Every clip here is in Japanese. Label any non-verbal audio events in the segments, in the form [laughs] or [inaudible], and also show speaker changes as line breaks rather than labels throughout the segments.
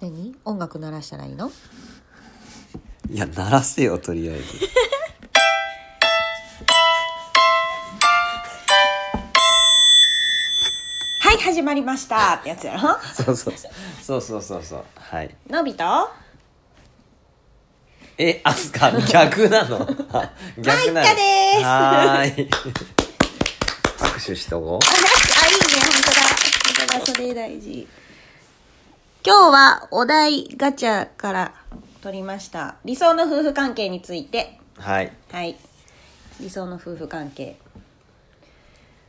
何音楽鳴らしたらいいの
いや鳴らせよとりあえず [laughs]
はい始まりましたってやつやろ
そうそうそうそうそうそうはい
のびとマ
えアス [laughs] カ逆なのあ逆
マ
なの
イカです
はーい [laughs] 拍手しとこ
あいいね本当だ本当だそれ大事今日はお題ガチャから取りました理想の夫婦関係について
うはい
はい理想の夫婦関係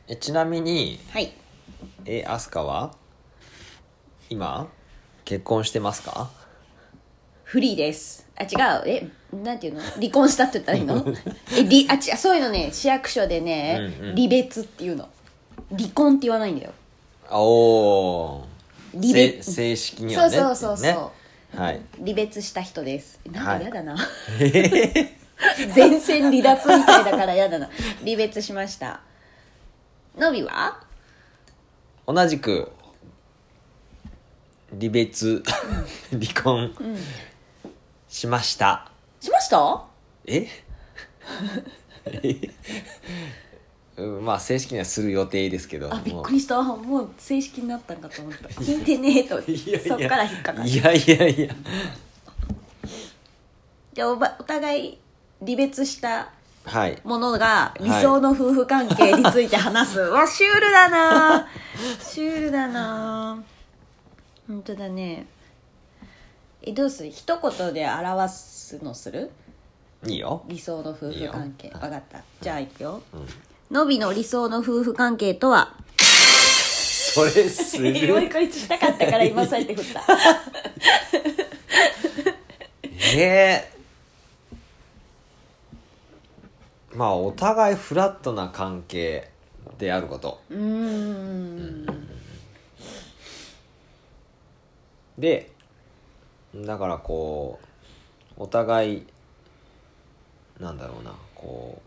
えちなみに
はい
えアスカは今結婚してますか
フリーですあ違うえなんていうの離婚したって言ったらいい
[laughs]
のえりあちあそういうのね市役所でね、
うんうん
離別っていうの離婚って言わないんだよ
おお
リベ
正式にはね
そうそうそうそう
ねはい
離別した人ですなん
は
か嫌
い
だ
[laughs]
な、全線離脱みたいだから嫌だな離別しましたのびは
同じく離別 [laughs] 離婚、しました
しました
え [laughs] うんまあ正式にはする予定ですけど
あびっ
もう
くりしたもう正式になったんかと思った聞いてねえと
いやいや
そっから引っかかる
いやいやいや
じゃあおばお互い離別した
はい
ものが
い
理想の夫婦関係について話
[laughs]
す、わシュールだなシュールだな本当だねえどうする一言で表すのする
いいよ
理想の夫婦関係
いいよ
わかったじゃあいくよ、のびの理想の夫婦関係とは
それす
えもう
る
一回したかったから今さって振
[laughs]
った
えーまあお互いフラットな関係であること
うーん
でだからこうお互いなんだろうなこ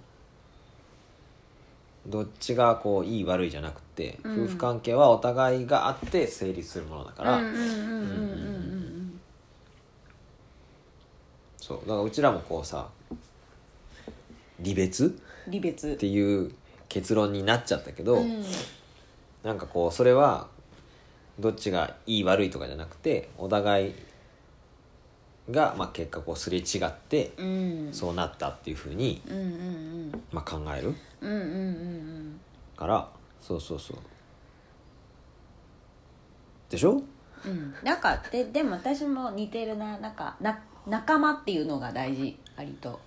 うどっちがこういい悪いじゃなくて、
うん
夫婦関係はお互いがあって成立するものだか
うんう
ら、
んうんうんうんうん
そうだからうちらもこうさ離別
離別
っていう結論になっちゃったけど、
うん
なんかこうそれはどっちがいい悪いとかじゃなくてお互いが、まあ、結果こうすれ違って
うん
そうなったっていうふうに、
うんうん
まあ、考える
うんうんうんうん
からそうそうそうでしょ
うんうんなんかででも私も似てるななんかな仲間っていうのが大事割と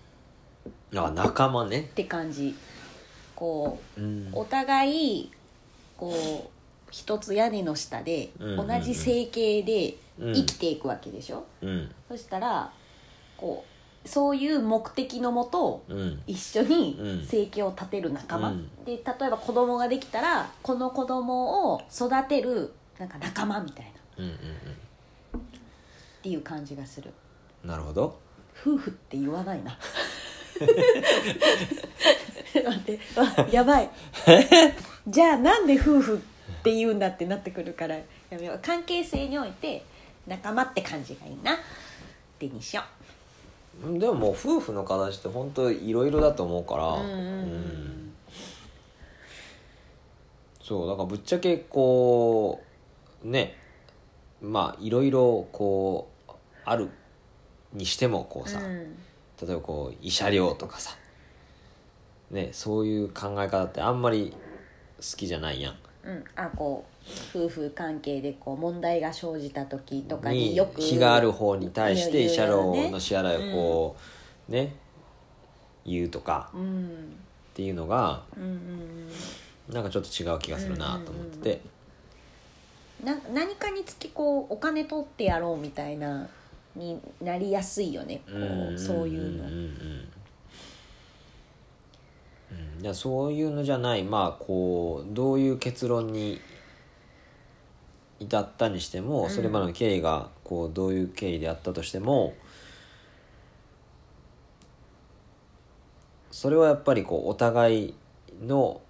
あ仲間ね
って感じこう
うん
お互いこう一つ屋根の下で
うんうん
同
うん
じ生計で
うん
生きていくわけでしょ、
うん
そしたらこうそういう目的のもと
うん
一緒に生計を立てる仲間、
うん
で例えば子供ができたらこの子供を育てるなんか仲間みたいなっ
うんうんうん
ていう感じがする
なるほど
夫婦って言わないな [laughs] 待ってあ
[laughs]
やばいじゃあなんで夫婦って言うんだってなってくるからやめよう関係性において仲間って感じがいいなってにしよ
でももう夫婦の形って本当いろいろだと思うから
ううんうん
うんそうだからぶっちゃけこうねまあいろいろこうあるにしてもこ
う
うさ、
ん
例えばこう慰謝料とかさねそういう考え方ってあんまり好きじゃないやん
うん、あこう夫婦関係でこう問題が生じた時とかによく
非がある方に対して慰謝
言
料
うよね
の支払いをこうね言うとか
うん
っていうのが
うんうん
なんかちょっと違う気がするなと思ってて
うんな何かにつきこうお金取ってやろうみたいなになりやすいよねこ
んんん
うそういうの
んうんうんいやそういうのじゃないまあこうどういう結論に至ったにしても、それまでの経緯がこうどういう経緯であったとしてもそれはやっぱりこうお互いの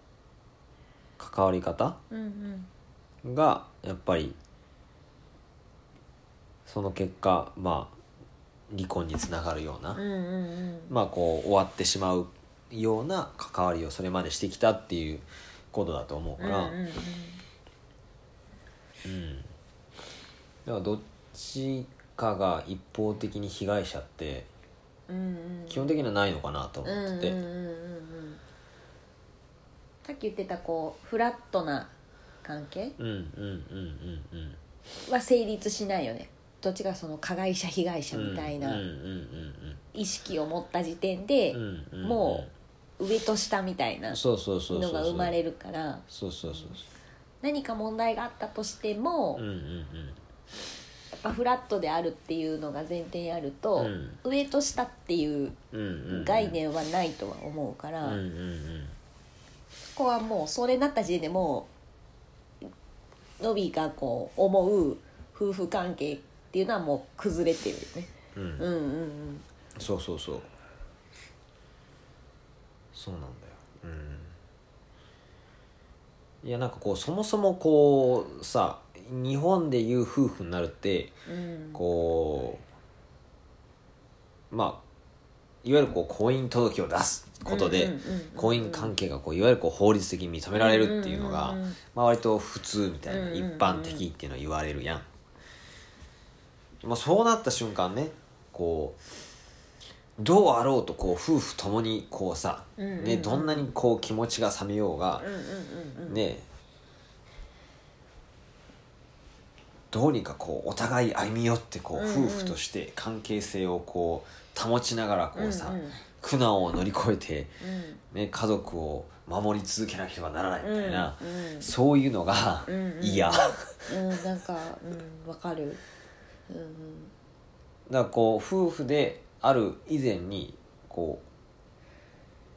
関わり方
うんうん
がやっぱりその結果まあ離婚につながるような、
うんうん
まあこう終わってしまうような関わりをそれまでしてきたっていうことだと思う
うんうん
から、
うんうん
だからどっちかが一方的に被害者って
うん
基本的にはないのかなと
うんう
思っ
ん
てて、
うんうんうんさっき言ってたこうフラットな関係
うん、うんうんうんうん
は成立しないよねどっちがその加害者被害者みたい
うん
な
うん
意識を持った時点で
うんうんうんうんうん
もう上と下みたいな
そうそうそうそう
のが生まれるから
そうそうそうそ
何か問題があったとしても
ううんうん
やっぱフラットであるっていうのが前提にあると
うん
上と下っていう
うんうんうん
概念はないとは思うか
うん
ら
うんうん
そこはもうそれになった時点でもうのびがこう思う夫婦関係っていうのはもう崩れてるよね。
うんうん
うんうんうん
そうそうそうそうなんだようんいやなんかこうそもそもこうさ日本でいう夫婦になるって
うん
こうまあいわゆるこう婚姻届を出すことで、
うんうんうんうん
婚姻関係がこういわゆるこう法律的に認められるっていうのが、
うんうんうんうん
まあ、割と普通みたいな、
うんうんうん
一般的っていうのは言われるやん、まあ、そうなった瞬間ねこうどうあろうとこう夫婦ともにこうさ、
うんうんうん
ね、どんなにこう気持ちが冷めようが、
うんうんうん
ねどうにかこうお互い歩み寄ってこう、
うんうん
夫婦として関係性をこう保ちながらこうさ、
うんうん
苦難を乗り越えて、
うん
ね、家族を守り続けなければならないみたいな、
うんうん
そういうのが
うんうん
嫌、だか
うん、なんか、うん、わかる。うんうん、
らこう夫婦である以前にこ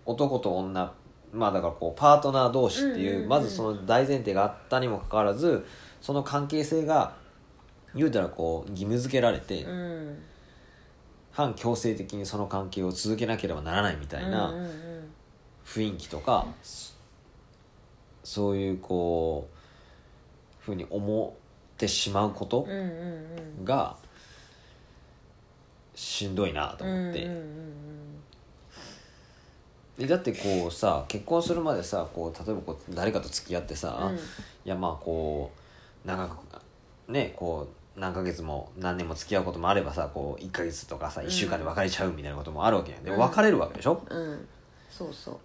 う男と女まあだからこうパートナー同士っていう,、
うんうんうん
まずその大前提があったにもかかわらずその関係性が言うたらこう義務付けられて、
うん、
反強制的にその関係を続けなければならないみたいな。
うんうんうん
雰囲気とかそそういうこうふうに思ってしまうこと
うんうん
がしんどいなと
うん、うん
思
う
っ
んうん
て、でだってこうさ結婚するまでさこう例えばこう誰かと付き合ってさ、
うん
いやまあこう長くねこう何ヶ月も何年も付き合うこともあればさこう1ヶ月とかさ1週間で別れちゃうみたいなこともあるわけやんで
うん
別れるわけでしょ、
うん、うん、そうそう。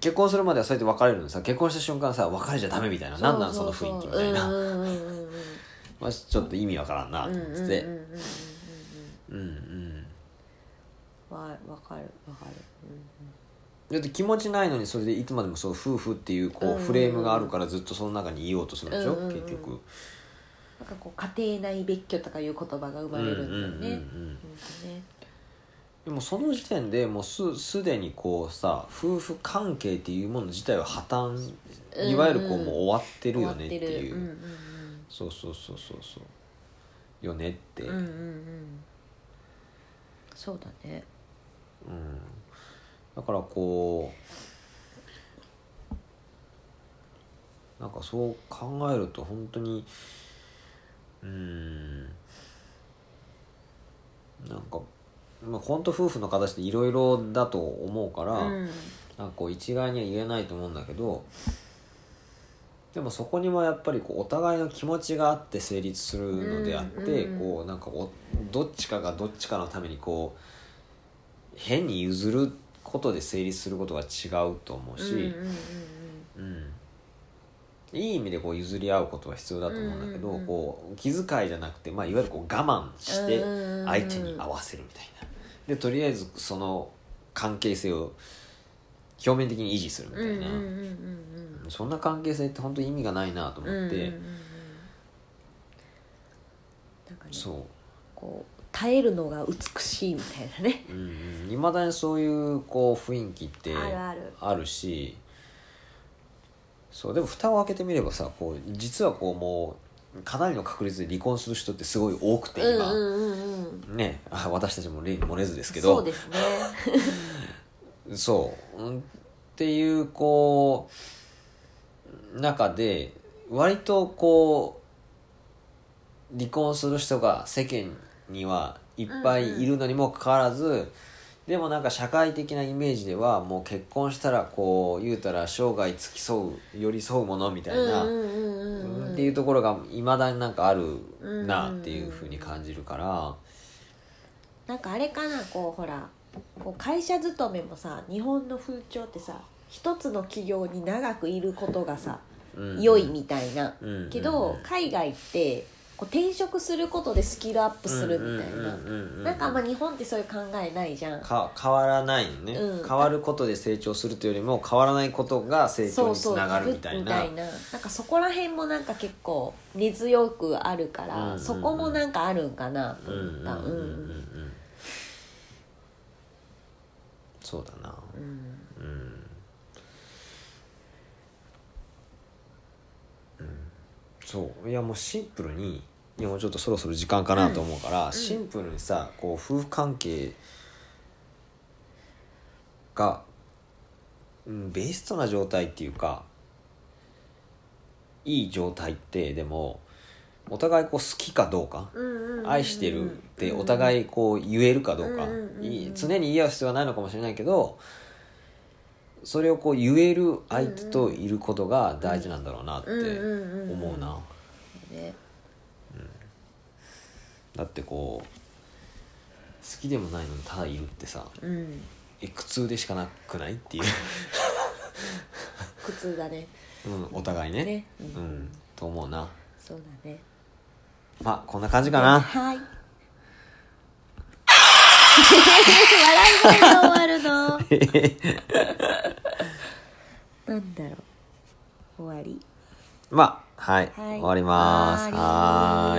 結婚するまではそうやって別れるのにさ結婚した瞬間さ別れちゃダメみたいななんなんその雰囲気みたいな、
うんうんうんうんうん
[laughs] まあ、ちょっと意味わからんなと
うん
思
うんうんうんうん
っ
うんうん
ててうんうん
わわかるわかる。
だって気持ちないのにそれでいつまでもそう夫婦っていう
うん
こ
うん
う
うん
フレームがあるからずっとその中にいようとするでしょ、
うんうんうん
結局
なんかこう家庭内別居とかいう言葉が生まれるんだよね。
うんうんうんうん
本当ね。
でもその時点でもうすすでにこうさ夫婦関係っていうもの自体は破綻いわゆるこうもう終わってるよねっていう、
終わって
そうそうそうそうそうよねって、
るうんうんうんうんうんうん。そうだね。
うんだからこうなんかそう考えると本当にうんなんか、まあ、本当夫婦の形っていろいろだと思うから、
うん
なんかこう一概には言えないと思うんだけどでもそこにはやっぱりこうお互いの気持ちがあって成立するのであって、
うんうん
こうなんかおどっちかがどっちかのためにこう変に譲ることで成立することが違うと
うんう
思う
ん
し、
うんうん
うんいい意味でこう譲り合うことは必要だと思うんだけど、
うんうんうん
こう気遣いじゃなくて、まあ、いわゆるこう我慢して
うんうんうん
相手に合わせるみたいな。でとりあえずその関係性を表面的に維持するみた
うん
い
うん
な。
うんうんうん。
そんな関係性って本当に意味がないなと思って、
うんうんうんうんなんかね
そ
こう耐えるのが美しいみたいなね
ういま、未だにそういうこう雰囲気って
あるある
あるしそうでも蓋を開けてみればさこう実はこうもうかなりの確率で離婚する人ってすごい多くて今、
うんうんうんうん
ねあ私たちも例に漏れずですけど
そうですね
そう、うん、っていうこう中で割とこう離婚する人が世間にはいっぱいいるのにもかかわらず、でもなんか社会的なイメージではもう結婚したらこう言うたら生涯付き添う寄り添うものみたいな、
うんうんうんうん
っていうところがいまだになんかあるなっていうふうに感じるから、
なんかあれかなこうほらこう会社勤めもさ日本の風潮ってさ一つの企業に長くいることがさ、
うん
良いみたいな、
うんうん
けど海外ってこう転職することでスキルアップするみたいな、
うんうんうんうん
なんかあんま日本ってそういう考えないじゃん
か変わらないのね、
うん
変わることで成長するというよりも変わらないことが成長につながるみたいな
みなんかそこら辺もなんか結構根強くあるから、
うんうんうん
そこもなんかあるんかなと
うんうん
思った、
うんうんう
うんうん
んそうだなうん、うんそういやもうシンプルにいやもうちょっとそろそろ時間かなと思うから、シンプルにさこう夫婦関係が、うん、ベストな状態っていうかいい状態ってでもお互いこう好きかどうか、
うんうん
愛してるってお互いこう言えるかどうか、
うんうんうん
い常に言い合う必要はないのかもしれないけどそれをこう言える相手といることが大事なんだろうなって
うんうん
思うな、
ね
だってこう好きでもないのにただいるってさ
うん
え苦痛でしかなくな
[laughs]
いっていう、
苦痛だね
うん、お互いね
ね
う
うんん、
と思うな
そうだね
まあこんな感じかな、
はい [laughs] 笑い声が終わ
[laughs]
るのなんだろう終わり
まあはい、
はい
終わります
終わり
はーい